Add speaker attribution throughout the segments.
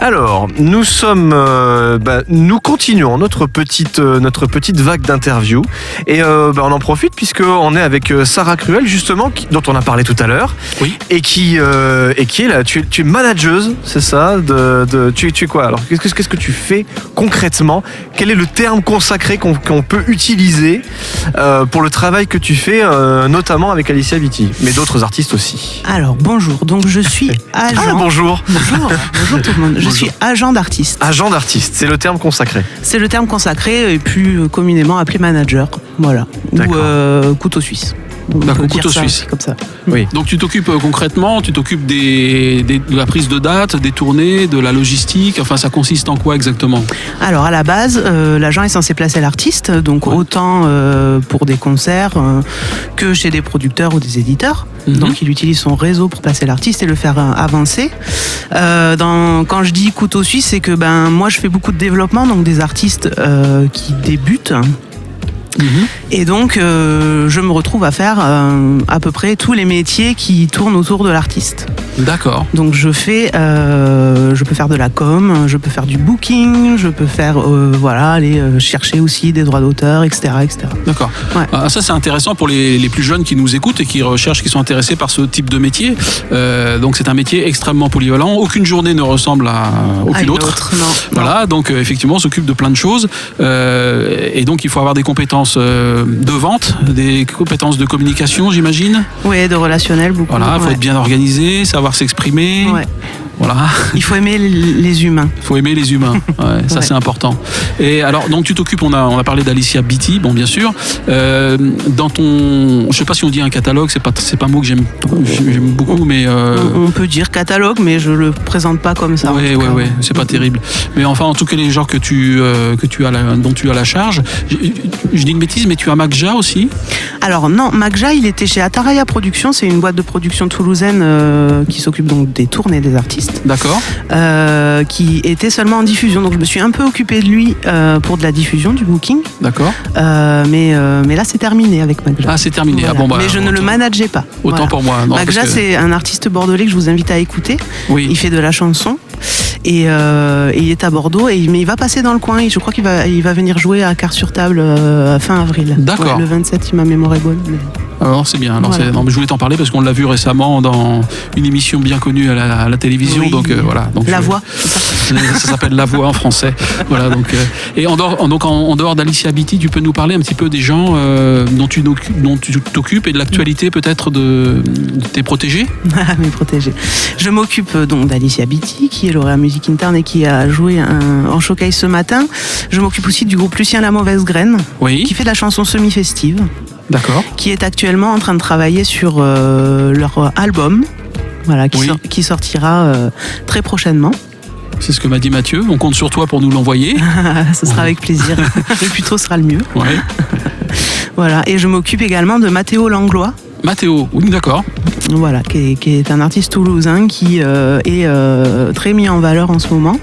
Speaker 1: Alors, nous sommes, euh, bah, nous continuons notre petite, euh, notre petite vague d'interviews et euh, bah, on en profite puisque on est avec euh, Sarah Cruel justement, qui- dont on a parlé tout à l'heure,
Speaker 2: Oui.
Speaker 1: et qui, euh, et qui est là. Tu es, tu es manageuse, c'est ça de, de- tu, es- tu es quoi Alors, qu'est-ce que qu'est-ce que tu fais concrètement Quel est le terme consacré qu'on qu'on peut utiliser euh, pour le travail que tu fais, euh, notamment avec Alicia Vitti, mais d'autres artistes aussi
Speaker 3: Alors bonjour, donc je suis agent.
Speaker 1: Ah bonjour,
Speaker 3: Bonjour, bonjour tout le monde. Je
Speaker 1: Bonjour.
Speaker 3: suis agent d'artiste.
Speaker 1: agent d'artiste, c'est le terme consacré.
Speaker 3: C'est le terme consacré et plus euh, communément appelé manager. Voilà. Ou
Speaker 1: D'accord.
Speaker 3: euh, couteau suisse. On
Speaker 2: D'accord,
Speaker 3: peut dire
Speaker 2: couteau
Speaker 3: ça
Speaker 2: suisse.
Speaker 3: Comme ça.
Speaker 2: Donc tu t'occupes euh, concrètement, tu t'occupes des, des- de la prise de date, des tournées, de la logistique. Enfin, ça consiste en quoi exactement
Speaker 3: Alors à la base, euh, l'agent est censé placer l'artiste, donc
Speaker 2: Ouais.
Speaker 3: autant euh, pour des concerts euh, que chez des producteurs ou des éditeurs.
Speaker 2: Mhm.
Speaker 3: Donc il utilise son réseau pour placer l'artiste et le faire euh, avancer. Euh, dans- quand je dis couteau suisse, c'est que ben moi je fais beaucoup de développement, donc des artistes euh, qui débutent.
Speaker 2: Mhm.
Speaker 3: Et donc euh, je me retrouve à faire euh, à peu près tous les métiers qui tournent autour de l'artiste.
Speaker 2: D'accord.
Speaker 3: Donc je fais, euh, je peux faire de la com, je peux faire du booking, je peux faire, euh, voilà, aller euh, chercher aussi des droits d'auteur, etc., etc.
Speaker 2: D'accord.
Speaker 3: Ouais.
Speaker 2: Ah, ça, c'est intéressant pour les, les plus jeunes qui nous écoutent et qui recherchent, qui sont intéressés par ce type de métier. Euh, donc, c'est un métier extrêmement polyvalent. Aucune journée ne ressemble à
Speaker 3: Ah,
Speaker 2: aucune
Speaker 3: une
Speaker 2: autre.
Speaker 3: non, non.
Speaker 2: Voilà, donc euh, effectivement, on s'occupe de plein de choses. Euh, et donc, il faut avoir des compétences euh, de vente, des compétences de communication, j'imagine.
Speaker 3: Ouais, de relationnel beaucoup.
Speaker 2: Voilà, il faut
Speaker 3: ouais.
Speaker 2: être bien organisé, savoir s'exprimer.
Speaker 3: Ouais.
Speaker 2: Voilà,
Speaker 3: Il faut aimer les- les humains.
Speaker 2: il faut aimer les humains. Ouais, ça,
Speaker 3: Ouais.
Speaker 2: c'est important. Et alors, donc, tu t'occupes, on a, on a parlé d'Alicia Beatty, bon, bien sûr. Euh, dans ton. Je sais pas si on dit un catalogue, c'est pas, c'est pas un mot que j'aime j'aime beaucoup, mais. euh,
Speaker 3: On on peut dire catalogue, mais je le présente pas comme ça. en
Speaker 2: Ouais,
Speaker 3: tout
Speaker 2: ouais,
Speaker 3: cas.
Speaker 2: ouais, c'est pas terrible. Mais enfin, en tout cas, les genres que tu, euh, que tu as la- dont tu as la charge. Je, je dis une bêtise, mais tu as Magja aussi
Speaker 3: Alors non, Magja, il était chez Ataraya Productions, c'est une boîte de production toulousaine euh, qui s'occupe donc des tournées des artistes,
Speaker 2: D'accord.
Speaker 3: euh, qui était seulement en diffusion. Donc je me suis un peu occupée de lui euh, pour de la diffusion, du booking.
Speaker 2: D'accord.
Speaker 3: Euh, mais, euh, mais là, c'est terminé avec Magja.
Speaker 2: Ah, c'est terminé.
Speaker 3: Voilà.
Speaker 2: Ah, bon, bah,
Speaker 3: mais je ne le
Speaker 2: autant-
Speaker 3: manageais pas.
Speaker 2: Autant
Speaker 3: Voilà.
Speaker 2: pour moi. Non,
Speaker 3: Magja,
Speaker 2: parce que-
Speaker 3: c'est un artiste bordelais que je vous invite à écouter. Il
Speaker 2: Oui.
Speaker 3: fait de la chanson et, euh, et il est à Bordeaux. Et, il- mais il va passer dans le coin. Et je crois qu'il va, il va venir jouer à Car sur Table euh, fin avril.
Speaker 2: D'accord.
Speaker 3: Ouais, le 27, si ma mémoire est bonne. mais-
Speaker 2: Alors, c'est bien. Alors,
Speaker 3: Voilà.
Speaker 2: c'est- Ah non, mais je voulais t'en parler parce qu'on l'a vu récemment dans une émission bien connue à la, à la télévision.
Speaker 3: Oui.
Speaker 2: Donc, euh, voilà. Donc,
Speaker 3: La
Speaker 2: je-
Speaker 3: voix.
Speaker 2: ça s'appelle La Voix en français. Voilà, donc, euh, et en dehors, en- donc, en, en dehors d'Alicia Beatty, tu peux nous parler un petit peu des gens euh, dont tu n'occu- dont tu t'occupes et de l'actualité peut-être de, de tes protégés
Speaker 3: Ah, mes protégés. Je m'occupe euh, donc d'Alicia Bitti, qui est lauréat musique interne et qui a joué un- en showcase ce matin. Je m'occupe aussi du groupe Lucien La Mauvaise Graine, qui
Speaker 2: Oui,
Speaker 3: fait de la chanson semi-festive.
Speaker 2: d'accord.
Speaker 3: qui est actuellement en train de travailler sur euh, leur album. Voilà, qui,
Speaker 2: Oui.
Speaker 3: sor- qui sortira euh, très prochainement.
Speaker 2: C'est ce que m'a dit Mathieu. On compte sur toi pour nous l'envoyer.
Speaker 3: Ce sera avec plaisir. le plus tôt sera le mieux.
Speaker 2: Ouais.
Speaker 3: Voilà. Et je m'occupe également de Mathéo Langlois,
Speaker 2: Mathéo, oui, d'accord.
Speaker 3: voilà, qui, est, qui est un artiste toulousain qui euh, est euh, très mis en valeur en ce moment.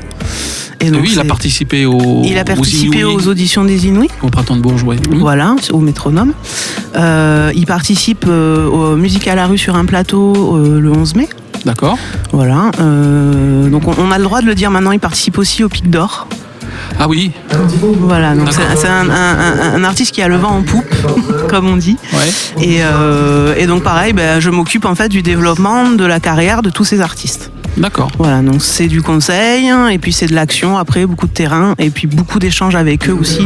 Speaker 3: Et
Speaker 2: oui, il a
Speaker 3: c'est-
Speaker 2: participé au.
Speaker 3: il a
Speaker 2: aux
Speaker 3: participé
Speaker 2: Inouïs,
Speaker 3: aux auditions des Inuits.
Speaker 2: au printemps de Bourges, ouais. Mmh.
Speaker 3: voilà, au métronome. Euh, il participe euh, au Musique à la rue sur un plateau euh, le 11 mai.
Speaker 2: D'accord.
Speaker 3: Voilà, euh, donc on, on a le droit de le dire maintenant, il participe aussi au Pic d'Or.
Speaker 2: Ah oui,
Speaker 3: Voilà, donc c'est
Speaker 2: D'accord.
Speaker 3: c'est un, un- un- un artiste qui a le vent en poupe, comme on dit.
Speaker 2: ouais.
Speaker 3: Et, euh, et donc pareil, ben, je m'occupe en fait du développement de la carrière de tous ces artistes.
Speaker 2: D'accord.
Speaker 3: Voilà, donc c'est du conseil, hein, et puis c'est de l'action, après beaucoup de terrain, et puis beaucoup d'échanges avec eux aussi,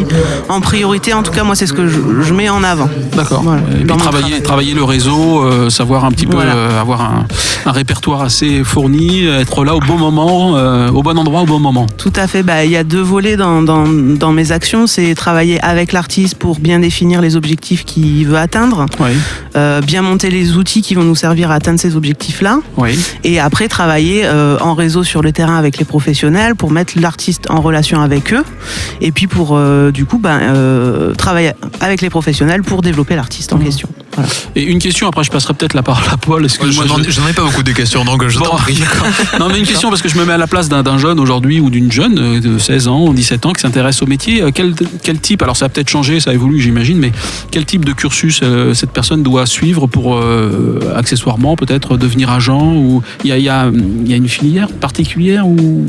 Speaker 3: en priorité, en tout cas moi c'est ce que je, je mets en avant.
Speaker 2: D'accord.
Speaker 3: Voilà,
Speaker 2: Et
Speaker 3: dans
Speaker 2: puis
Speaker 3: mon
Speaker 2: travailler,
Speaker 3: travail.
Speaker 2: travailler le réseau, euh, savoir un petit peu,
Speaker 3: Voilà.
Speaker 2: euh, avoir un, un répertoire assez fourni, euh, être là au bon moment, euh, au bon endroit, au bon moment.
Speaker 3: Tout à fait. Bah, il y a deux volets dans, dans, dans mes actions. C'est travailler avec l'artiste pour bien définir les objectifs qu'il veut atteindre,
Speaker 2: Oui.
Speaker 3: euh, bien monter les outils qui vont nous servir à atteindre ces objectifs-là,
Speaker 2: Oui.
Speaker 3: et après travailler euh, en réseau sur le terrain avec les professionnels pour mettre l'artiste en relation avec eux, bah, et puis pour euh, du coup ben, euh, travailler avec les professionnels pour développer l'artiste en question. Voilà.
Speaker 2: Et une question, après je passerai peut-être la parole à Paul.
Speaker 4: je
Speaker 2: Excuse-moi,
Speaker 4: n'en
Speaker 2: je-
Speaker 4: ai- je n'en ai pas beaucoup des questions, donc je t'en
Speaker 2: Bon.
Speaker 4: prie.
Speaker 2: Non, mais une question, parce que je me mets à la place d'un d'un jeune aujourd'hui ou d'une jeune euh, de 16 ans, 17 ans qui s'intéresse au métier. Euh, Quel, quel type, alors ça a peut-être changé, ça évolue, j'imagine, mais quel type de cursus euh, cette personne doit suivre pour euh, accessoirement peut-être devenir agent ou Il y a, il y a- il y a une filière particulière ou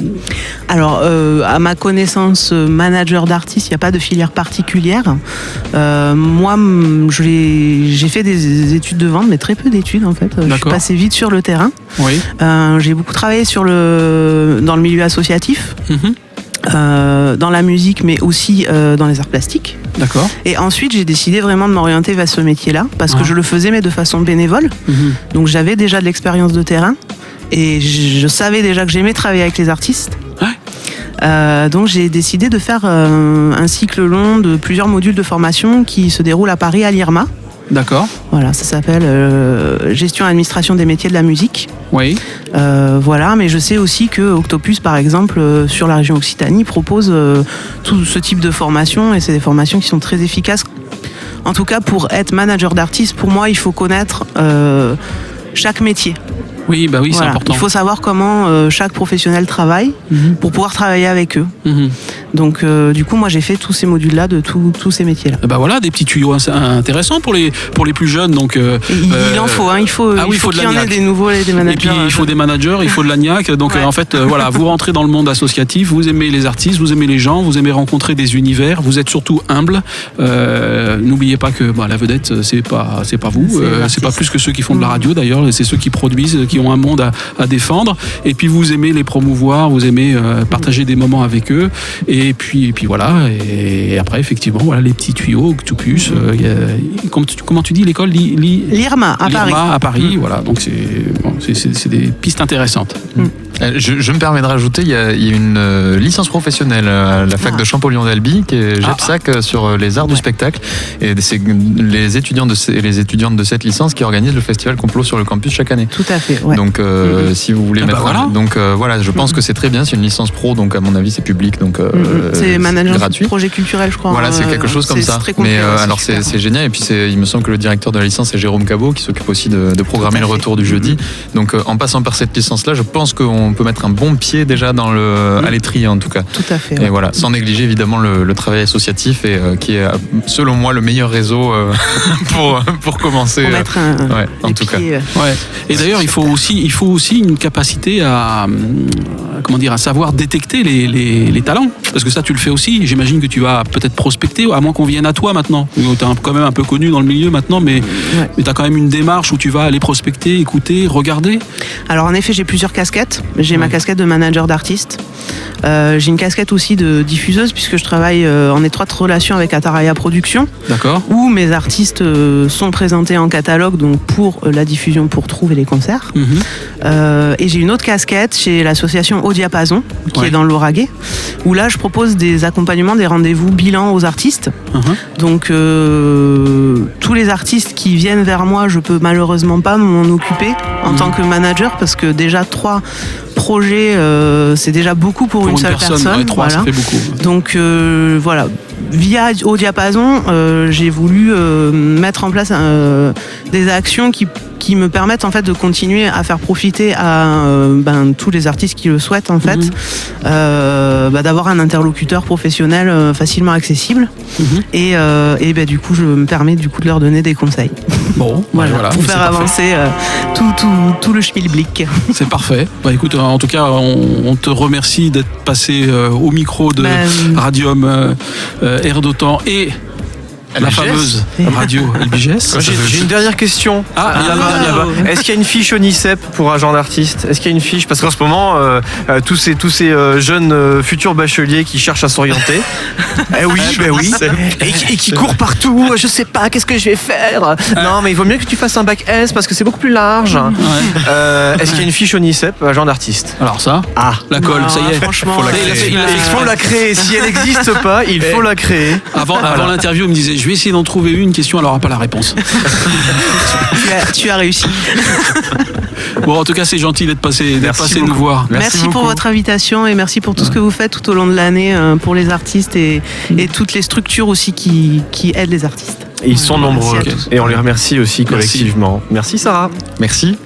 Speaker 3: Alors, euh, à ma connaissance, euh, manager d'artiste, il n'y a pas de filière particulière. Euh, moi, m- je l'ai- j'ai fait des études de vente, mais très peu d'études en fait. Euh, Je suis
Speaker 2: D'accord.
Speaker 3: passée vite sur le terrain.
Speaker 2: Oui.
Speaker 3: Euh, j'ai beaucoup travaillé sur le, dans le milieu associatif,
Speaker 2: Mhm.
Speaker 3: euh, dans la musique, mais aussi euh, dans les arts plastiques.
Speaker 2: D'accord.
Speaker 3: Et ensuite, j'ai décidé vraiment de m'orienter vers ce métier-là, parce
Speaker 2: Ouais.
Speaker 3: que je le faisais, mais de façon bénévole.
Speaker 2: Mhm.
Speaker 3: Donc j'avais déjà de l'expérience de terrain et je, je savais déjà que j'aimais travailler avec les artistes.
Speaker 2: Ouais.
Speaker 3: Euh, donc j'ai décidé de faire euh, un cycle long de plusieurs modules de formation qui se déroulent à Paris à l'IRMA.
Speaker 2: D'accord.
Speaker 3: Voilà, ça s'appelle euh, gestion et administration des métiers de la musique.
Speaker 2: Oui.
Speaker 3: Euh, voilà, mais je sais aussi que Octopus, par exemple, euh, sur la région Occitanie, propose euh, tout ce type de formation et c'est des formations qui sont très efficaces. En tout cas, pour être manager d'artiste, pour moi, il faut connaître euh, chaque métier.
Speaker 2: Oui, bah oui,
Speaker 3: Voilà.
Speaker 2: c'est important.
Speaker 3: Il faut savoir comment euh, chaque professionnel travaille
Speaker 2: Mhm.
Speaker 3: pour pouvoir travailler avec eux.
Speaker 2: Mhm.
Speaker 3: Donc, euh, du coup, moi, j'ai fait tous ces modules-là de tous- tous ces métiers-là.
Speaker 2: Eh ben voilà, des petits tuyaux ins- intéressants pour les, pour les plus jeunes. Donc, euh,
Speaker 3: Et Il,
Speaker 2: euh,
Speaker 3: il en faut, hein, il faut,
Speaker 2: ah
Speaker 3: il faut,
Speaker 2: oui, il faut de
Speaker 3: qu'il y en ait
Speaker 2: l'agnac.
Speaker 3: des nouveaux et des managers.
Speaker 2: Et puis
Speaker 3: euh,
Speaker 2: il faut des managers, il faut de l'agnac. Donc
Speaker 3: Ouais.
Speaker 2: euh, en fait, euh, voilà, vous rentrez dans le monde associatif, vous aimez les artistes, vous aimez les gens, vous aimez rencontrer des univers, vous êtes surtout humble. Euh, N'oubliez pas que bah, la vedette, euh, c'est pas, c'est pas vous,
Speaker 3: C'est
Speaker 2: euh,
Speaker 3: l'artiste. Mm.
Speaker 2: c'est pas plus que ceux qui font de la radio d'ailleurs, et c'est ceux qui produisent, euh, qui ont un monde à, à défendre. Et puis vous aimez les promouvoir, vous aimez euh, partager des moments avec eux. Et puis, et puis voilà. Et, après, effectivement, voilà les petits tuyaux, Octopus. euh, il y a- comment, tu, comment tu dis l'école Li- li-
Speaker 3: L'IRMA à Paris. Mm.
Speaker 2: L'IRMA à Paris, voilà. Donc c'est bon, c'est- c'est- c'est des pistes intéressantes.
Speaker 4: Euh, Je, je me permets de rajouter, il y a, il y a une euh, licence professionnelle à la fac
Speaker 3: Ah.
Speaker 4: de Champollion d'Albi, qui est GEPSAC, euh, sur euh, les arts du spectacle. Et c'est les étudiants de ces- les étudiantes de cette licence qui organisent le festival complot sur le campus chaque année.
Speaker 3: Tout à fait, ouais.
Speaker 4: Donc, euh, si vous voulez
Speaker 2: Ah bah
Speaker 4: mettre, un-
Speaker 2: voilà.
Speaker 4: donc euh, voilà, je pense que c'est très bien. C'est une licence pro, donc à mon avis, c'est public, donc euh,
Speaker 3: Mhm. c'est manager
Speaker 4: gratuit.
Speaker 3: projet culturel, je crois.
Speaker 4: Voilà, c'est
Speaker 3: Euh,
Speaker 4: quelque chose comme
Speaker 3: c'est
Speaker 4: ça.
Speaker 3: très complet,
Speaker 4: Mais euh,
Speaker 3: ouais,
Speaker 4: alors c'est
Speaker 3: super.
Speaker 4: c'est génial. Et puis c'est- il me semble que le directeur de la licence c'est Jérôme Cabot qui s'occupe aussi de, de programmer
Speaker 3: Tout à
Speaker 4: le
Speaker 3: fait. Mm-hmm.
Speaker 4: retour du jeudi. Donc euh, en passant par cette licence là, je pense qu'on peut mettre un bon pied déjà dans le à l'étrier en tout cas.
Speaker 3: Tout à fait.
Speaker 4: Et
Speaker 3: Mm-hmm. ouais.
Speaker 4: voilà, sans négliger évidemment le, le travail associatif et euh, qui est euh, selon moi le meilleur réseau euh, pour pour commencer.
Speaker 3: Pour
Speaker 4: euh,
Speaker 3: mettre un.
Speaker 4: ouais, en
Speaker 3: les
Speaker 4: tout cas.
Speaker 3: pieds, euh,
Speaker 2: Ouais. Et d'ailleurs, il faut aussi, il faut aussi une capacité à, hum, comment dire, à savoir détecter les, les- les talents. Parce que ça, tu le fais aussi. J'imagine que tu vas peut-être prospecter, à moins qu'on vienne à toi maintenant. Tu es quand même un peu connu dans le milieu maintenant, mais,
Speaker 3: ouais.
Speaker 2: mais tu as quand même une démarche où tu vas aller prospecter, écouter, regarder.
Speaker 3: Alors en effet, j'ai plusieurs casquettes. J'ai ma casquette de manager d'artiste. Euh, j'ai une casquette aussi de diffuseuse puisque je travaille euh, en étroite relation avec Ataraya Productions
Speaker 2: D'accord
Speaker 3: où mes artistes euh, sont présentés en catalogue donc pour euh, la diffusion pour trouver les concerts.
Speaker 2: Mhm.
Speaker 3: Euh, et j'ai une autre casquette chez l'association Au Diapason qui
Speaker 2: Ouais.
Speaker 3: est dans l'Oraguet où là je propose des accompagnements, des rendez-vous bilan aux artistes.
Speaker 2: Mhm.
Speaker 3: Donc euh, tous les artistes qui viennent vers moi, je peux malheureusement pas m'en occuper en
Speaker 2: Mhm.
Speaker 3: tant que manager parce que déjà trois projets, euh, c'est déjà beaucoup pour,
Speaker 2: Pour
Speaker 3: une, seule personne.
Speaker 2: ouais, trois,
Speaker 3: voilà.
Speaker 2: ça fait beaucoup.
Speaker 3: Donc euh, voilà, via au diapason, euh, j'ai voulu euh, mettre en place euh, des actions qui, qui me permettent en fait de continuer à faire profiter à euh, ben, tous les artistes qui le souhaitent en fait,
Speaker 2: Mhm.
Speaker 3: euh, bah, d'avoir un interlocuteur professionnel euh, facilement accessible
Speaker 2: Mhm.
Speaker 3: et, euh, et ben, du coup je me permets du coup de leur donner des conseils.
Speaker 2: Bon, ouais,
Speaker 3: Voilà,
Speaker 2: voilà.
Speaker 3: pour
Speaker 2: Ah C'est
Speaker 3: faire
Speaker 2: parfait.
Speaker 3: avancer euh, tout, tout, tout le schmilblick.
Speaker 2: C'est parfait. Bah écoute, euh, en tout cas, on, on te remercie d'être passé euh, au micro de
Speaker 3: Ben-
Speaker 2: Radium euh, euh, Air d'Otan et la
Speaker 4: LBGS.
Speaker 2: fameuse radio LBGS.
Speaker 1: J'ai j'ai une dernière question.
Speaker 2: Ah, il y en a, il y en a.
Speaker 1: Est-ce qu'il y a une fiche Onicep pour agent d'artiste Est-ce qu'il y a une fiche Parce qu'en ce moment, euh, euh, tous ces, tous ces euh, jeunes euh, futurs bacheliers qui cherchent à s'orienter. eh oui, ben oui. Et, qui- et qui courent partout. Je sais pas, qu'est-ce que je vais faire
Speaker 2: Ah.
Speaker 1: Non, mais il vaut mieux que tu fasses un bac S parce que c'est beaucoup plus large.
Speaker 2: Ouais.
Speaker 1: Euh, Est-ce qu'il y a une fiche Onicep agent d'artiste
Speaker 2: Alors ça,
Speaker 1: Ah
Speaker 2: la colle,
Speaker 3: Non,
Speaker 2: ça y est.
Speaker 3: franchement,
Speaker 2: Faut la créer.
Speaker 3: euh,
Speaker 2: Il a fait- il a fait
Speaker 1: il faut
Speaker 2: exprès.
Speaker 1: la créer. Si elle n'existe pas, il faut la créer.
Speaker 2: Avant, avant l'interview, il me disait, je vais essayer d'en trouver une question, elle n'aura pas la réponse.
Speaker 3: tu, as, tu as réussi.
Speaker 2: Bon, en tout cas, c'est gentil d'être passé, d'être
Speaker 4: Merci
Speaker 2: passé
Speaker 4: beaucoup.
Speaker 2: nous voir.
Speaker 3: Merci, pour votre invitation et merci pour tout ce que vous faites tout au long de l'année euh, pour les artistes et, et toutes les structures aussi qui, qui aident les artistes.
Speaker 1: Ils sont
Speaker 3: Merci
Speaker 1: nombreux
Speaker 3: à
Speaker 2: tous.
Speaker 1: et on les remercie aussi
Speaker 2: Merci.
Speaker 1: collectivement. Merci Sarah.
Speaker 4: Merci.